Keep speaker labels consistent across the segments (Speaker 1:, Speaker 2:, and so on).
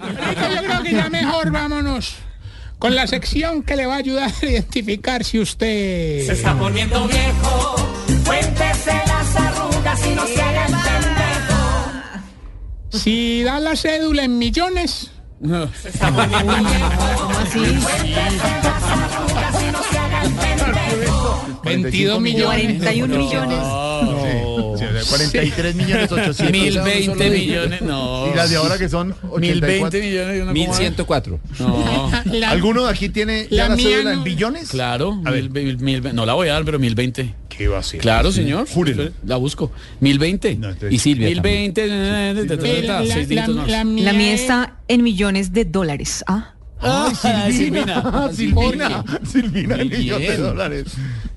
Speaker 1: Rico, yo creo que ya mejor vámonos con la sección que le va a ayudar a identificar si usted...
Speaker 2: Se está poniendo viejo, cuéntese las arrugas y no se haga el pendejo.
Speaker 1: Si da la cédula en millones...
Speaker 2: Se está poniendo viejo, cuéntese las arrugas y no se haga el pendejo.
Speaker 1: 22 millones.
Speaker 3: 41 millones.
Speaker 4: Sí, o sea, 43 millones 800.
Speaker 5: Mil veinte millones, no.
Speaker 4: Y las de ahora que son
Speaker 5: Mil
Speaker 4: 84.
Speaker 5: veinte millones y una
Speaker 6: Mil
Speaker 5: coma-
Speaker 6: ciento cuatro.
Speaker 5: No,
Speaker 1: La-
Speaker 4: ¿Alguno de aquí tiene ya
Speaker 1: La
Speaker 4: la,
Speaker 1: mía no-
Speaker 4: cédula en billones?
Speaker 5: claro.
Speaker 4: A
Speaker 5: mil-
Speaker 4: ver.
Speaker 5: mil- mil- no la voy a dar, pero mil veinte.
Speaker 4: ¿Qué va a ser?
Speaker 5: Claro, señor.
Speaker 4: Júrelo.
Speaker 5: La busco. Mil veinte.
Speaker 4: No, entonces-
Speaker 6: Y Silvia.
Speaker 5: Mil
Speaker 6: también.
Speaker 5: veinte. na, na, na, ta, ta,
Speaker 1: la-
Speaker 5: ta, ta, seis
Speaker 1: la-
Speaker 5: dígitos más.
Speaker 1: la
Speaker 3: La mía
Speaker 1: es-
Speaker 3: está en millones de dólares. ¿ah?
Speaker 5: Ah, Silvina.
Speaker 4: Silvina, Silvina, el
Speaker 5: Muy
Speaker 4: millón de
Speaker 5: bien.
Speaker 4: dólares.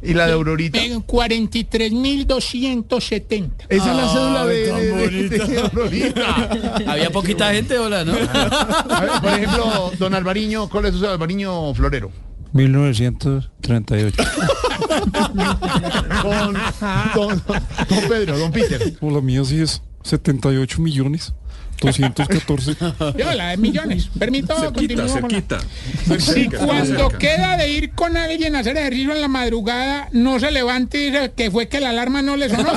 Speaker 4: Y la de Aurorita.
Speaker 1: Venga, 43.270.
Speaker 4: Esa es la cédula de,
Speaker 5: tan
Speaker 4: de- de-
Speaker 5: bonita.
Speaker 4: de Aurorita.
Speaker 5: Había poquita gente, hola, ¿no?
Speaker 4: A ver, por ejemplo, don Alvariño, ¿cuál es su cédula? Alvariño Florero?
Speaker 7: 1938.
Speaker 4: Don, don- don Pedro, don Peter.
Speaker 7: O la mía sí es 78 millones 214.
Speaker 1: Yo, la de millones. Permito continuar con la- Si cuando queda de ir con alguien a hacer ejercicio en la madrugada, no se levante y dice que fue que la alarma no le sonó.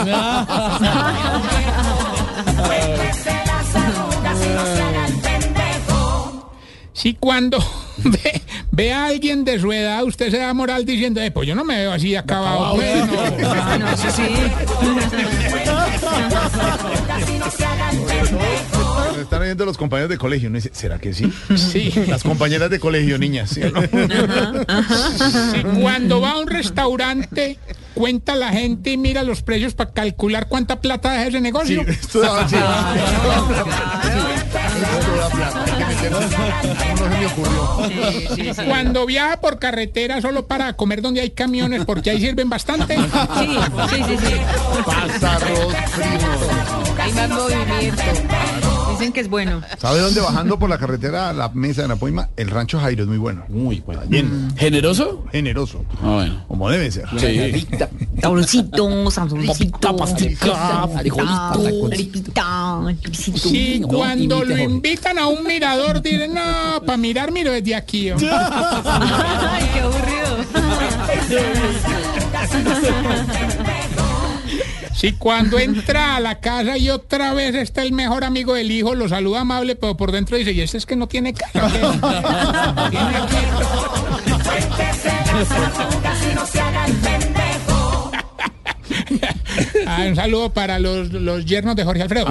Speaker 2: Cuéntese las arrugas y no se haga el pendejo.
Speaker 1: Si cuando ve, ve a alguien de su edad, usted se da moral diciendo, "Eh, pues yo no me veo así de acabado. Pues, Bueno,
Speaker 3: Ah, no, eso sí.
Speaker 2: Arrugas y no se haga el pendejo.
Speaker 4: Nos están viendo los compañeros de colegio. Uno dice, ¿será que sí?
Speaker 1: sí.
Speaker 4: Las compañeras de colegio, niñas. ¿sí o no?
Speaker 1: Si cuando va a un restaurante, cuenta la gente y mira los precios para calcular cuánta plata es ese
Speaker 4: Sí,
Speaker 1: negocio.
Speaker 4: esto da- sí. Esto da plata, hay que meterse. No se me ocurrió.
Speaker 1: Cuando viaja por carretera solo para comer donde hay camiones porque ahí sirven bastante.
Speaker 3: Sí, sí, sí, sí.
Speaker 4: Pasta, arroz, frío.
Speaker 3: Hay más movimiento. Dicen que es bueno.
Speaker 4: ¿Sabe dónde bajando por la carretera a la mesa de la poima? El rancho Jairo es muy bueno.
Speaker 5: Muy bueno.
Speaker 4: Bien,
Speaker 5: ¿Generoso?
Speaker 4: generoso.
Speaker 5: Ah, bueno.
Speaker 4: Como debe ser.
Speaker 5: Sí.
Speaker 3: Saborcito, saborcito.
Speaker 5: pastica,
Speaker 3: Arepita, arepita, arepita.
Speaker 1: Si cuando lo invitan a un mirador, dicen, no, para mirar miro desde aquí. oh". hombre".
Speaker 3: Ay, qué aburrido.
Speaker 1: Si cuando entra a la casa y otra vez está el mejor amigo del hijo, lo saluda amable, pero por dentro dice, y este es que no tiene cara. ¿qué?". Tiene aquí-
Speaker 2: Cuéntese las arrugas y no se haga el pendejo.
Speaker 1: Ah, un saludo para los, los yernos de Jorge Alfredo.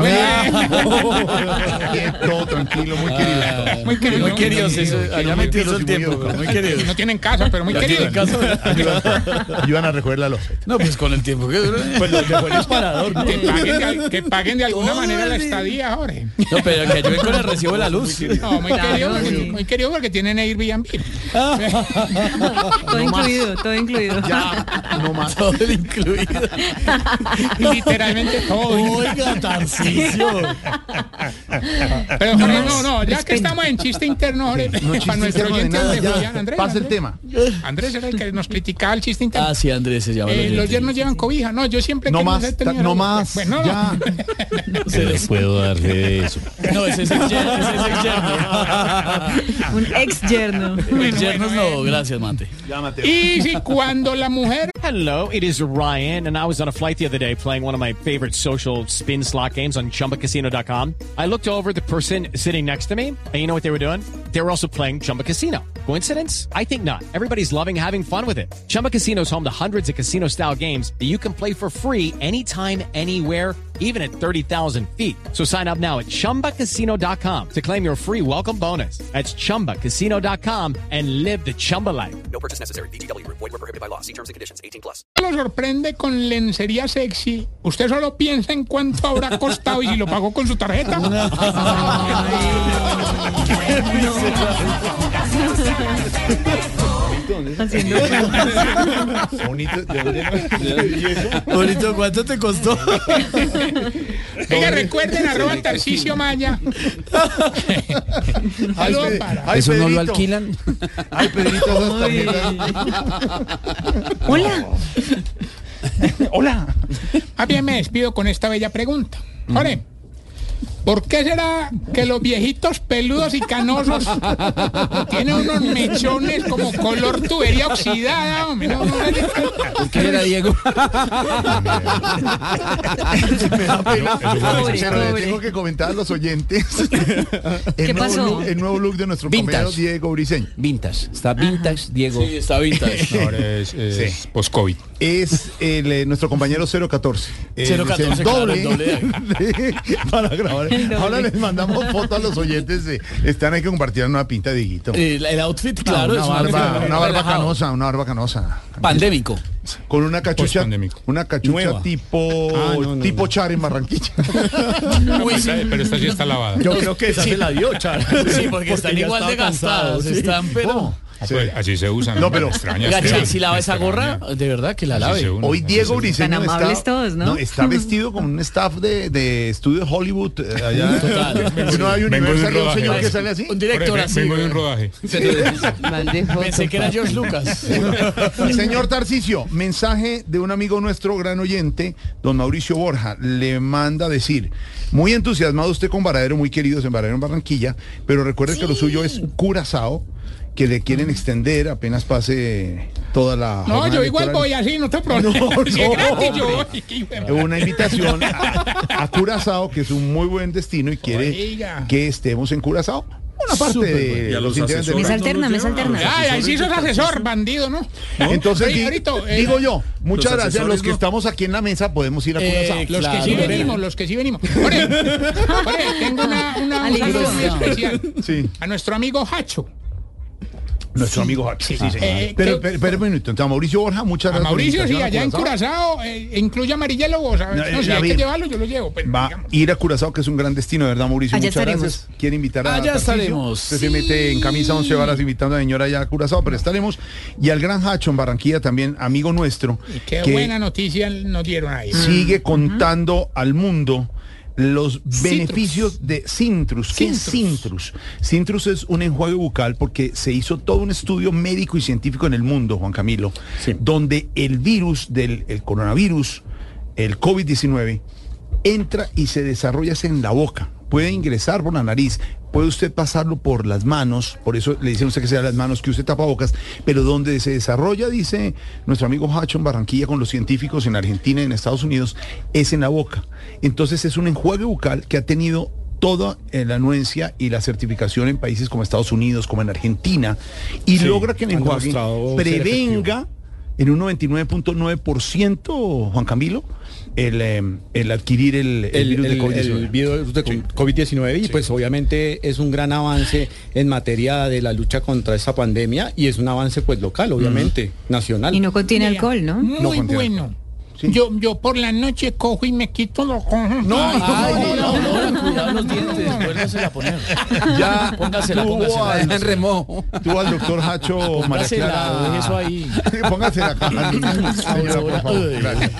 Speaker 4: Quieto, tranquilo, muy querido.
Speaker 1: Muy querido.
Speaker 5: Muy queridos, eso, allá
Speaker 4: muy
Speaker 5: metidos el
Speaker 4: queridos y muy
Speaker 5: tiempo.
Speaker 4: educados.
Speaker 5: Muy queridos.
Speaker 1: No tienen casa, pero muy
Speaker 5: Ya
Speaker 1: querido.
Speaker 5: tienen casa.
Speaker 4: Ayudan a recoger la losa.
Speaker 5: No, pues con el tiempo que dura. Pues los mejores parador.
Speaker 1: Que paguen, de, al- que paguen de alguna manera la estadía, Jorge.
Speaker 5: No, pero que ayuden con el recibo de la luz.
Speaker 1: No, muy
Speaker 3: Claro,
Speaker 1: querido, porque,
Speaker 3: sí.
Speaker 1: muy querido porque tienen Airbnb.
Speaker 3: Todo incluido, todo incluido.
Speaker 4: Ya, no más.
Speaker 5: Todo incluido.
Speaker 1: Literalmente todo.
Speaker 5: Oiga, Tarcicio.
Speaker 1: Pero Jorge, no, no, ya que estamos en chiste interno, Jorge,
Speaker 4: No
Speaker 1: para nuestro
Speaker 4: chiste de
Speaker 1: oyente
Speaker 4: nada,
Speaker 1: de Julián,
Speaker 4: ya.
Speaker 1: Andrés.
Speaker 4: Pasa el
Speaker 1: Andrés,
Speaker 4: tema.
Speaker 1: Andrés era el que nos criticaba el chiste interno.
Speaker 5: Ah, sí, Andrés se llama. el
Speaker 1: Eh, los
Speaker 5: oyente.
Speaker 1: yernos llevan cobija, no, yo siempre
Speaker 4: No
Speaker 1: que
Speaker 4: más,
Speaker 1: los he
Speaker 4: ta-
Speaker 1: tenido-
Speaker 4: no más.
Speaker 1: Bueno, no.
Speaker 4: Ya.
Speaker 5: Se les-
Speaker 6: Puedo darle eso.
Speaker 5: No, ese es el yerno. Ese es el yerno.
Speaker 3: Un ex yerno.
Speaker 5: Los yernos no, gracias, mate.
Speaker 1: Y si cuando la mujer
Speaker 8: Hello, it is Ryan, and I was on a flight the other day playing one of my favorite social spin slot games on chumbacasino.com. I looked over at the person sitting next to me, and you know what they were doing? They were also playing Chumba Casino. Coincidence? I think not. Everybody's loving having fun with it. Chumba Casino is home to hundreds of casino style games that you can play for free anytime, anywhere, even at 30,000 feet. So sign up now at chumbacasino.com to claim your free welcome bonus. That's chumbacasino.com and live the Chumba life.
Speaker 1: lo sorprende con lencería sexy, usted solo piensa en cuánto habrá costado y si lo pagó con su tarjeta.
Speaker 2: Haciendo-
Speaker 4: Bonito, ¿de dónde?
Speaker 6: Bonito, ¿cuánto te costó?
Speaker 1: Oiga, recuerden, arroba Tarcicio Maya.
Speaker 4: Ay,
Speaker 1: Saludos
Speaker 4: Pe-
Speaker 1: para.
Speaker 4: ay,
Speaker 6: Eso no lo
Speaker 4: Pedrito.
Speaker 6: alquilan.
Speaker 4: Ay, Pedrito, esas
Speaker 1: Ay.
Speaker 4: tarjetas.
Speaker 1: Hola. Hola. Ah, bien, me despido con esta bella pregunta. Ore, ¿por qué será que los viejitos peludos y canosos tienen unos mechones como color tubería oxidada? hombre? No, no, no.
Speaker 6: ¿Qué era, Diego?
Speaker 4: Pero, pero,
Speaker 6: pobre.
Speaker 4: Tengo que comentar a los oyentes.
Speaker 3: ¿Qué
Speaker 4: el, nuevo
Speaker 3: pasó?
Speaker 4: Look, el nuevo look de nuestro
Speaker 6: Vintage.
Speaker 4: compañero Diego Briseño.
Speaker 6: Vintage. Está vintage, Diego.
Speaker 5: Sí, está vintage.
Speaker 4: Ahora
Speaker 1: es,
Speaker 4: es
Speaker 1: post-COVID.
Speaker 4: Es el, eh, nuestro compañero 014. Eh,
Speaker 5: 014,
Speaker 4: es el
Speaker 5: claro,
Speaker 4: doble,
Speaker 5: el doble
Speaker 4: de- para grabar.
Speaker 3: El doble.
Speaker 4: Ahora les mandamos fotos a los oyentes. de- están ahí que compartir una pinta de Dieguito.
Speaker 5: Eh, El, el outfit, claro.
Speaker 4: una,
Speaker 5: es
Speaker 4: barba, una barba
Speaker 5: relajado.
Speaker 4: canosa, una barba canosa.
Speaker 5: Pandémico.
Speaker 4: Con una cachucha,
Speaker 1: Post-pandémico.
Speaker 4: una cachucha
Speaker 5: Nueva.
Speaker 4: tipo
Speaker 5: Ah, no, no,
Speaker 4: tipo
Speaker 5: no.
Speaker 4: char en Barranquilla.
Speaker 1: Pero esta sí está lavada.
Speaker 5: Yo creo que esa se la dio, Char. Sí, porque, están
Speaker 6: ya
Speaker 5: igual de
Speaker 6: estaba cansado,
Speaker 5: gastadas.
Speaker 6: sí.
Speaker 5: Están, pero.
Speaker 4: Sí.
Speaker 1: Así se usa.
Speaker 4: No, pero-
Speaker 1: extraña.
Speaker 5: Oiga, Char,
Speaker 1: extraña,
Speaker 5: si lava esa gorra,
Speaker 1: extraña.
Speaker 5: de verdad que la
Speaker 1: Así
Speaker 5: lave.
Speaker 1: se une,
Speaker 4: Hoy
Speaker 1: así
Speaker 4: Diego
Speaker 1: se une.
Speaker 4: Briseño
Speaker 3: Tan amables
Speaker 4: está,
Speaker 3: todos, ¿no?
Speaker 4: está vestido con un staff de, de estudio Hollywood. eh, allá. Uno
Speaker 1: Vengo
Speaker 4: hay
Speaker 1: de un
Speaker 4: Universal y un
Speaker 1: rodaje,
Speaker 4: señor que
Speaker 1: ¿no?
Speaker 4: sale así.
Speaker 5: Un director
Speaker 1: Ore,
Speaker 5: así.
Speaker 1: Vengo de un
Speaker 5: güey.
Speaker 1: rodaje.
Speaker 5: Pensé que era George Lucas.
Speaker 4: Señor Tarcicio, mensaje de un amigo nuestro, gran oyente, don Mauricio Borja, le manda decir, muy entusiasmado usted con Varadero, muy queridos en Varadero en Barranquilla, pero recuerde que lo suyo es Curazao, que le quieren extender apenas pase toda la...
Speaker 1: No,
Speaker 4: jornada
Speaker 1: yo igual
Speaker 4: electoral.
Speaker 1: voy así, no te problema.
Speaker 4: No,
Speaker 1: Si es
Speaker 4: no,
Speaker 1: gratis, yo
Speaker 4: hombre.
Speaker 1: voy. Qué hijo de
Speaker 4: una invitación a, a Curazao, que es un muy buen destino y quiere
Speaker 1: Oiga.
Speaker 4: que estemos en Curazao. Una parte
Speaker 5: Súper
Speaker 4: de
Speaker 5: bueno.
Speaker 9: Y a los
Speaker 4: integrantes del
Speaker 9: asesores
Speaker 4: grupo.
Speaker 9: no
Speaker 3: alterna,
Speaker 9: los
Speaker 3: mesa
Speaker 9: llevan.
Speaker 3: alterna.
Speaker 1: Ay, ahí sí sos asesor, bandido, ¿no?
Speaker 4: Entonces,
Speaker 1: Oye,
Speaker 4: di-
Speaker 1: ahorita, eh,
Speaker 4: digo yo,
Speaker 9: los
Speaker 4: muchas gracias. Los
Speaker 9: asesores
Speaker 4: que
Speaker 9: no.
Speaker 4: estamos aquí en la mesa podemos ir a
Speaker 5: Eh,
Speaker 4: Curazao.
Speaker 1: Los que sí
Speaker 5: Claro.
Speaker 1: venimos, los que sí venimos. Ore, ore, tengo una, una, un saludo muy
Speaker 3: Aleluya.
Speaker 1: especial
Speaker 4: Sí,
Speaker 1: a nuestro amigo Hacho.
Speaker 4: nuestro amigo Hacho. Sí, sí,
Speaker 1: Eh,
Speaker 4: señor. Pero,
Speaker 1: que-
Speaker 4: pero, pero un minuto. Entonces, a Mauricio Borja, muchas
Speaker 1: A
Speaker 4: gracias. por
Speaker 1: Mauricio,
Speaker 4: la
Speaker 1: sí, allá
Speaker 4: invitación
Speaker 1: en
Speaker 4: a
Speaker 1: Curazao, eh, incluye amarillo o ¿sabes?
Speaker 4: No,
Speaker 1: No,
Speaker 4: eh,
Speaker 1: si hay
Speaker 4: David.
Speaker 1: que llevarlo, yo lo llevo. pues, Pero,
Speaker 4: Va a
Speaker 1: digamos.
Speaker 4: ir a Curazao, que es un gran destino, de verdad, Mauricio.
Speaker 3: Allá
Speaker 4: muchas
Speaker 3: estaremos.
Speaker 4: gracias. Quiere invitar a.
Speaker 5: Allá
Speaker 4: Tarcisio.
Speaker 5: estaremos,
Speaker 4: Usted se
Speaker 5: sí.
Speaker 4: mete en camisa 11 varas invitando a la señora allá a Curazao, pero estaremos. Y al gran Hacho en Barranquilla, también amigo nuestro.
Speaker 1: Qué
Speaker 4: que
Speaker 1: buena noticia nos dieron ahí.
Speaker 4: sigue contando al mundo los beneficios de Sintrus. ¿Qué es
Speaker 1: Sintrus.
Speaker 4: Sintrus? Sintrus es un enjuague bucal porque se hizo todo un estudio médico y científico en el mundo, Juan Camilo,
Speaker 5: Sí.
Speaker 4: donde el virus del el coronavirus, el COVID-19, entra y se desarrolla es en la boca. Puede ingresar por la nariz, puede usted pasarlo por las manos, por eso le dicen a usted que sea las manos, que usted tapabocas, pero donde se desarrolla, dice nuestro amigo Hacho en Barranquilla con los científicos en Argentina y en Estados Unidos, es en la boca. Entonces es un enjuague bucal que ha tenido toda eh, la anuencia y la certificación en países como Estados Unidos, como en Argentina, y
Speaker 7: Sí,
Speaker 4: logra que el
Speaker 7: han
Speaker 4: enjuague
Speaker 7: demostrado ser
Speaker 4: prevenga en un 99.9%, Juan Camilo, el, eh, el adquirir el, Mm. el
Speaker 9: el,
Speaker 4: virus de
Speaker 9: el- el
Speaker 4: COVID-19.
Speaker 9: virus de COVID-19 y pues obviamente es un gran avance en materia de la lucha contra esta pandemia y es un avance pues local, obviamente, nacional.
Speaker 3: Y no contiene alcohol, ¿no?
Speaker 4: No,
Speaker 1: Muy
Speaker 4: Santiago.
Speaker 1: bueno. Yo, yo por la noche cojo y me quito los cojos.
Speaker 4: No,
Speaker 5: Ay,
Speaker 4: no, no, no.
Speaker 5: no, cuidado los dientes,
Speaker 6: Ah.
Speaker 5: vuélvasela a poner.
Speaker 4: Ya
Speaker 5: Póngasela,
Speaker 4: tuvo
Speaker 5: póngasela.
Speaker 4: al-
Speaker 6: En remojo.
Speaker 4: tuvo al doctor Hacho María
Speaker 5: Póngasela,
Speaker 4: Clara.
Speaker 5: deje eso ahí.
Speaker 4: Póngase la cara. Señora, por favor. Gracias.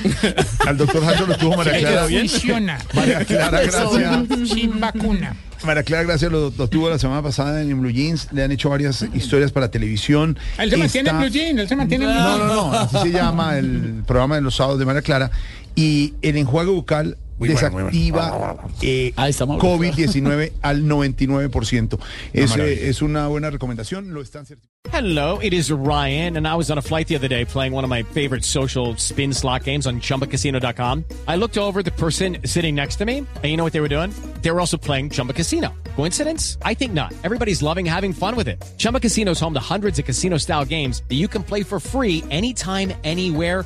Speaker 4: Al doctor Hacho lo tuvo María
Speaker 1: Eso
Speaker 4: Clara.
Speaker 1: funciona.
Speaker 4: María Clara, gracias.
Speaker 1: Sin vacuna.
Speaker 4: María Clara, gracias. Lo, lo tuvo la semana pasada en Blue Jeans. Le han hecho varias historias para televisión.
Speaker 1: Ah, Él se mantiene en
Speaker 4: Está-
Speaker 1: blue jean, él se mantiene en blue
Speaker 4: No,
Speaker 1: jean.
Speaker 4: no, no. Así se llama el programa de los sábados de María Clara. Y el enjuague bucal desactiva eh,
Speaker 5: Ahí está, Mauro.
Speaker 4: COVID-19 al 99%. Es,
Speaker 1: maravilla.
Speaker 4: eh, es una buena recomendación. Lo están certificando.
Speaker 8: Hello, it is Ryan, and I was on a flight the other day playing one of my favorite social spin slot games on chumbacasino.com. I looked over at the person sitting next to me, and you know what they were doing? They were also playing Chumba Casino. Coincidence? I think not. Everybody's loving having fun with it. Chumba Casino is home to hundreds of casino style games that you can play for free anytime, anywhere